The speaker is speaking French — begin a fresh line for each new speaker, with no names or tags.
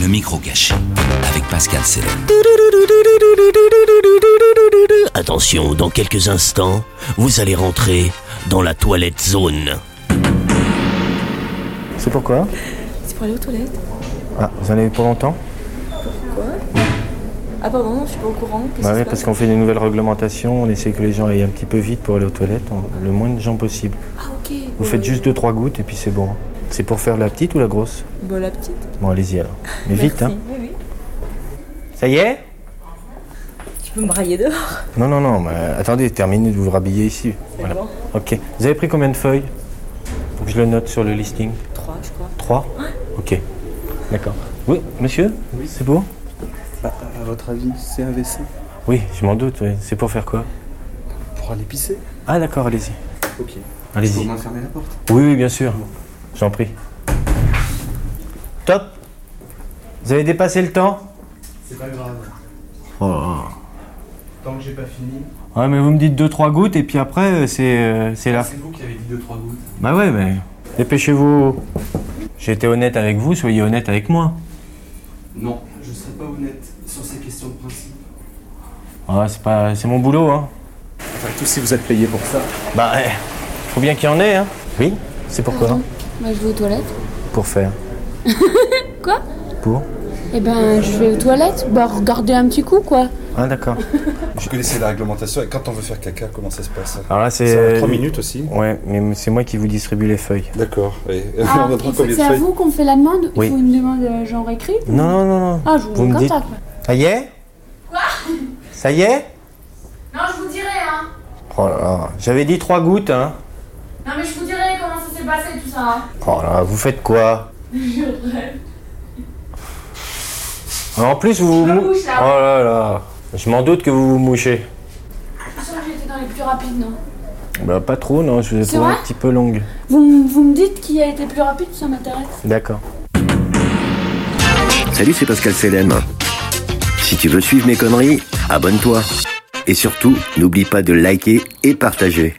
Le micro gâché avec Pascal Célène.
Attention, dans quelques instants, vous allez rentrer dans la toilette zone.
C'est pourquoi
C'est pour aller aux toilettes.
Ah, vous en avez pour longtemps
Ah pardon, je suis pas au courant. Qu'est-ce
Bah
qui
oui,
se
parce
passe
qu'on fait des nouvelles réglementations, on essaie que les gens aillent un petit peu vite pour aller aux toilettes, on- le moins de gens possible.
Ah ok.
Vous faites juste deux, trois gouttes et puis c'est bon. C'est pour faire la petite ou la grosse
Bon, la petite.
Bon, allez-y alors. Mais vite, hein.
Merci. Oui, oui.
Ça y est
Tu peux me brailler dehors.
Non, non, non, mais attendez, terminez de vous rhabiller ici. Voilà.
bon.
Ok. Vous avez pris combien de feuilles Faut que je le note sur le listing.
Trois, je crois.
Trois Ok. D'accord. Oui, monsieur C'est pour
À votre avis, c'est un WC
Oui, je m'en doute, oui. C'est pour faire quoi
pour aller pisser
Ah, d'accord, allez-y.
Ok.
Allez-y.
fermer la porte
Oui, oui, bien sûr. J'en prie. Top Vous avez dépassé le temps
C'est pas grave.
Oh
Tant que j'ai pas fini,
Ouais, mais vous me dites deux, trois gouttes et puis après, euh, c'est euh, c'est la.
c'est vous qui avez dit 2-3 gouttes.
Bah ouais, mais. Dépêchez-vous. J'ai été honnête avec vous, soyez honnête avec moi.
Non, je serai pas honnête sur ces questions de principe.
Ah, c'est pas. C'est mon boulot, hein.
Après tout, si vous êtes payé pour ça.
Bah, eh, faut bien qu'il y en ait, hein. Oui C'est pourquoi
Moi, je vais aux toilettes.
Pour faire.
Quoi
Pour
Eh ben, je vais aux toilettes. Bah, regardez un petit coup, quoi.
Ah, d'accord.
Vous connaissez la réglementation et quand on veut faire caca, comment ça se passe
Alors là, c'est.
Ça va 3 minutes aussi
Ouais, mais c'est moi qui vous distribue les feuilles.
D'accord. oui.
Ah,
On a droit à
il faut-
combien de
c'est à
feuilles
vous qu'on fait la demande
Oui.
Il faut une demande euh, genre écrite
Non, non, non, non.
Ah, je vous,
Vous me
comme
dites-
ça, quoi.
Ça y est Quoi Ça y est
Non, je vous dirai, hein.
Oh là là, j'avais dit trois gouttes, hein.
Non, mais je vous dirai comment ça s'est passé tout ça. hein.
Oh là, là, vous faites quoi En plus, vous vous
me
mou-
mouche, là.
Oh là là, je m'en doute que vous vous mouchez.
Je suis sûre que j'étais dans les plus rapides, non
Bah, pas trop, non, je vous ai
C'est
trouvé un
vrai
petit peu longue.
vous, m- vous me dites qui a été plus rapide, ça m'intéresse.
D'accord.
Salut, c'est Pascal Selem. Si tu veux suivre mes conneries, abonne-toi. Et surtout, n'oublie pas de liker et partager.